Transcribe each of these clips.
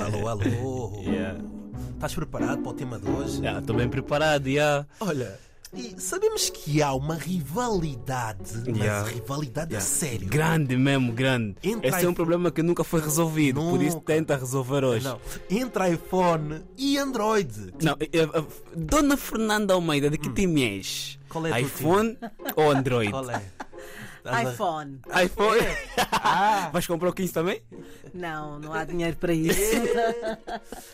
Alô, alô. Yeah. Estás preparado para o tema de hoje? Ah, Estou bem preparado, yeah. Olha, e sabemos que há uma rivalidade, Yeah. mas rivalidade a Yeah. sério. Grande mesmo, grande. Entra Esse aí. é um problema que nunca foi resolvido, por isso Nunca. tenta resolver hoje. Não, entre iPhone e Android. Não, eh, eh, eh, Dona Fernanda Almeida, de que time és? Hum. Qual é o teu iPhone ou Android? Qual é? Estás a- iPhone. iPhone. Ah. Vais comprar o 15 também? Não, não há dinheiro para isso.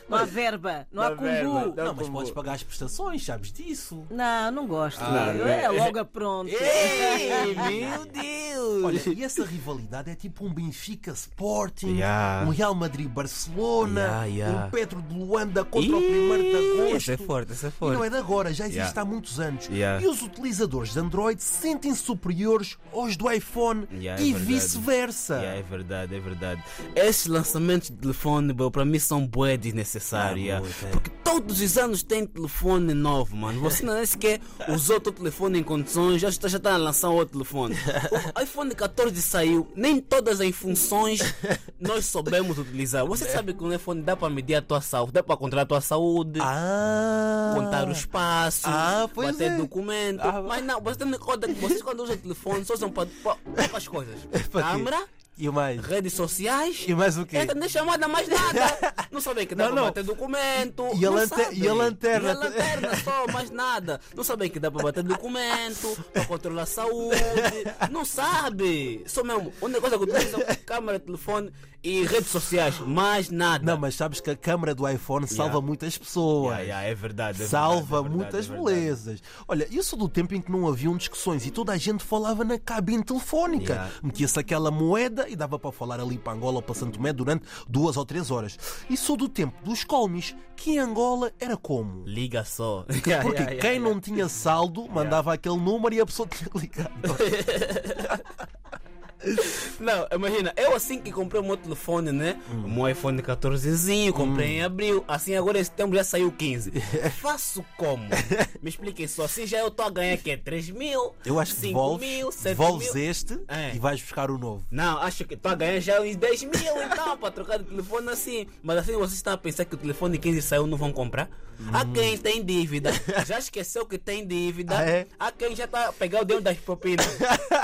não há verba, não há Não há verba, cumbu. Não, mas Como- podes pagar as prestações, sabes disso? Não, não gosto. Ah, Eu não. é logo a pronto. Ei, meu Deus! Olha, e essa rivalidade é tipo um Benfica Sporting, Yeah. um Real Madrid Barcelona, Yeah, yeah. um Pedro de Luanda contra o primeiro de agosto. Essa é forte, essa é E não forte. é de agora, já existe Yeah. há muitos anos. Yeah. E os utilizadores de Android sentem-se superiores aos do iPhone Yeah, é e verdade. vice-versa. Yeah, é verdade, é verdade. Esses lançamentos de telefone, bro, para mim são bué desnecessários. Ah, yeah. muito, é. Porque todos os anos tem telefone novo, mano. Você não é sequer usou outro telefone em condições, já está, já está a lançar outro telefone. O iPhone 14 saiu, nem todas as funções nós soubemos utilizar. Você Né? sabe que o iPhone dá para medir a tua saúde, dá para controlar a tua saúde. Ah, Contar o espaço, Ah, pois bater é. documento. Ah. Mas não, você também conta que vocês quando usam o telefone só usam para poucas coisas. Para É quê? Câmera, E o mais? redes sociais. E mais o quê? É, não é chamada mais nada. Não sabem que dá Não, para não. bater documento. E a não lante- sabem. e a lanterna. E a lanterna só, mais nada. Não sabem que dá para bater documento, para controlar a saúde. Não sabe. Só mesmo. A única coisa que utilizam é câmera, telefone e redes sociais. Mais nada. Não, mas sabes que a câmara do iPhone salva muitas pessoas. Yeah, yeah, é verdade. é Salva verdade, é verdade, muitas é verdade. belezas. Olha, isso do tempo em que não haviam discussões e toda a gente falava na cabine telefónica. Yeah. Metia-se aquela moeda e dava para falar ali para Angola ou para Santo Tomé durante duas ou três horas. Isso do tempo dos colmes, que em Angola era como? Liga só. Porque quem não tinha saldo mandava aquele número e a pessoa tinha ligado. Não, imagina, eu assim que comprei o meu telefone, né? Hum. O meu iPhone 14zinho, comprei em abril. Assim, agora em setembro já saiu 15. Faço como? Me expliquem só. Assim já eu estou a ganhar que 3 mil, Eu acho que 5 mil, devolves, 7 devolves mil. este É. e vais buscar o novo. Não, acho que estou a ganhar já uns 10 mil então para trocar de telefone assim. Mas assim vocês estão a pensar que o telefone 15 saiu, não vão comprar? Há quem tem dívida, já esqueceu que tem dívida. Hum. Ah, é? Há quem já está a pegar o dedo das propinas,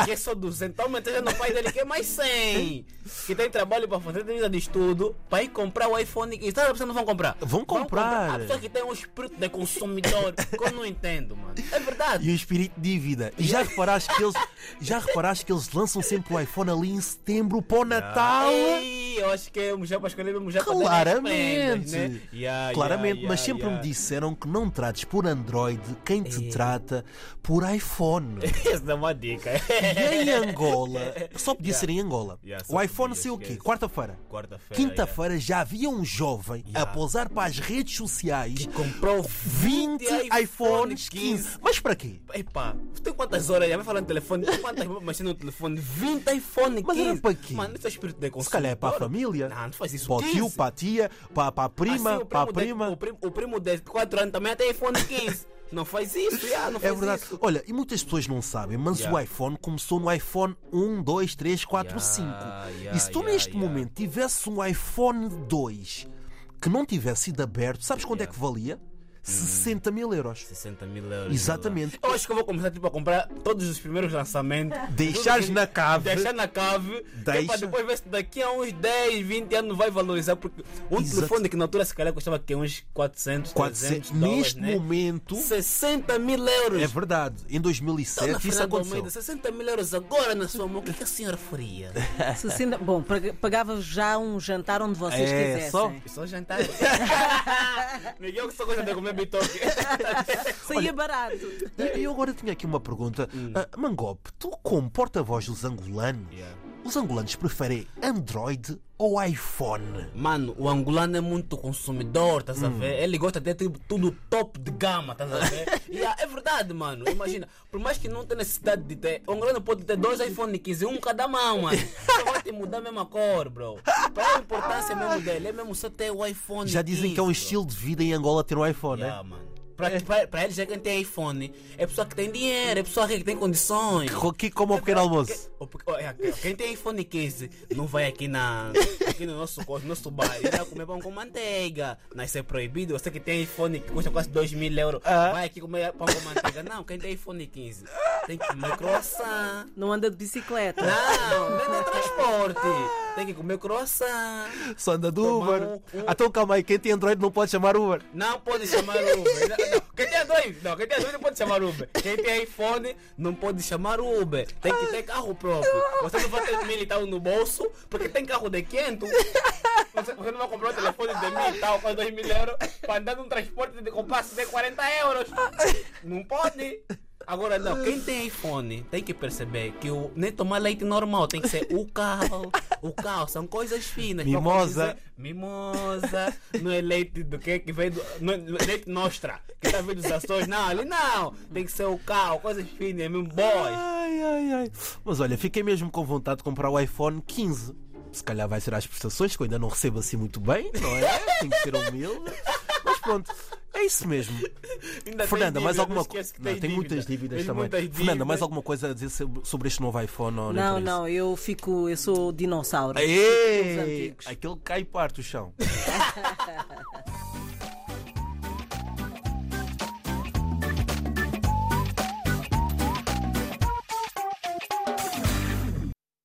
que é só 200. Então, já no pai dele que é mais 100. Que tem trabalho para fazer, tem vida de estudo, para ir comprar o iPhone 15. Sabe, vocês não vão comprar? Vão comprar. A pessoa que tem um espírito de consumidor, que eu não entendo, mano. É verdade. E o espírito de dívida. E já reparaste que eles, já reparaste que eles lançam sempre o iPhone ali em setembro para o Natal? Ei, eu acho que é o já para escolher, o já para dar as Claramente. prendas, né? Yeah, Claramente, yeah, mas yeah, sempre yeah. me disseram que não trates por Android quem te trata por iPhone. Essa é uma dica. E em Angola, só podia ser em Angola. Yeah, só o iPhone podia, saiu o quê? esquece. Quarta-feira. Quarta-feira. Quinta-feira já havia um jovem a Yeah. pousar para as redes sociais yeah. Comprou 20 iPhones 15. Mas para quê? Epá, tem quantas horas já vai falar no telefone? Tem quantas mexendo no telefone? 20 iPhone 15. Mas era para quê? Mano, isso é espírito de Se calhar é para a consumidor. família. Não, não faz isso. Para o tio, 15. para a tia, para, para a prima, Assim, o para a primo de- prima. O primo, o primo de 4 anos também tem iPhone 15. não faz isso, já, não É faz verdade. isso. Olha, e muitas pessoas não sabem, mas o Yeah. iPhone começou no iPhone 1, 2, 3, 4, Yeah, 5. yeah, e se tu yeah, neste yeah. momento tivesse um iPhone 2 que não tivesse sido aberto, sabes quanto é que Uhum. valia? 60 mil euros. 60 mil euros. Exatamente. Eu acho que eu vou começar tipo, a comprar todos os primeiros lançamentos. Deixares Tudo na cave. Deixar na cave. Deixa. Que é para depois ver se daqui a uns 10, 20 anos vai valorizar. Porque um Exato. telefone que na altura se calhar custava que uns 400, 400. 300 dólares, Neste né? momento, 60 mil euros. é verdade, em Dona 2007 isso Fernanda aconteceu. Almeida, 60 mil euros agora na sua mão. O que, que a senhora faria? 60 assim Bom, pag- pagava já um jantar onde vocês É, quisessem. só- Só jantar. tá- Miguel, que só coisa de comer bitoque. Saía barato. E eu agora tinha aqui uma pergunta. Ah, Mangope, tu como porta-voz dos angolanos, Yeah. os angolanos preferem Android ou iPhone? Mano, o angolano é muito consumidor, estás Hum. a ver? Ele gosta de ter tudo top de gama, estás a ver? yeah, é verdade, mano. Imagina, por mais que não tenha necessidade de ter, o angolano pode ter dois iPhone 15, um cada mão, mano. Só vai te mudar a mesma cor, bro. Para a importância mesmo dele, é mesmo só ter o iPhone Já dizem que é um 15, bro. estilo de vida em Angola ter um iPhone, né? Yeah, mano. Para pra, pra eles é quem tem iPhone. É pessoa que tem dinheiro, é pessoa que tem condições. Aqui como ao pequeno almoço. O- o- é, Quem tem iPhone 15 não vai aqui, na, aqui no nosso, no nosso bar e vai comer pão com manteiga. Não, isso é proibido. Você que tem iPhone que custa quase 2 mil euros, vai aqui comer pão com manteiga. Não, quem tem iPhone 15 tem que comer croissant. Não anda de bicicleta. Não, nem no transporte. Tem que comer croissant. Só anda do Tomar Uber. um- um- Então calma aí, quem tem Android não pode chamar Uber. Não pode chamar Uber. Não, não. Quem tem Android? Não, quem tem Android não pode chamar Uber. Quem tem iPhone não pode chamar Uber. Tem que ter carro próprio. Você não vai ter militar no bolso porque tem carro de 500. Você, você não vai comprar um telefone de mil e tal, quase 2 mil euros, para andar num transporte de compasso de 40 euros. Não pode. Agora não, quem tem iPhone tem que perceber que o, nem tomar leite normal tem que ser o carro. O carro são coisas finas. Então, como Mimosa. dizer, Mimosa, não é leite do que que vem do. Não é leite nostra, que tá vindo dos Açores, não, ali não. Tem que ser o carro, coisas finas, é mesmo boy. Ai, ai, ai. Mas olha, fiquei mesmo com vontade de comprar o iPhone 15. Se calhar vai ser às prestações, que eu ainda não recebo assim muito bem, não é? Tem que ser humilde. Mas pronto, é isso mesmo. Ainda Fernanda, tem mais dívida, alguma não esquece coisa. que Tem, muitas dívidas Tem também. muitas dívidas. Fernanda, mais alguma coisa a dizer sobre sobre este novo iPhone? Ou nem Não, é por isso? não, eu fico, eu sou dinossauro. Os Ei, antigos. aquele cai parte do chão.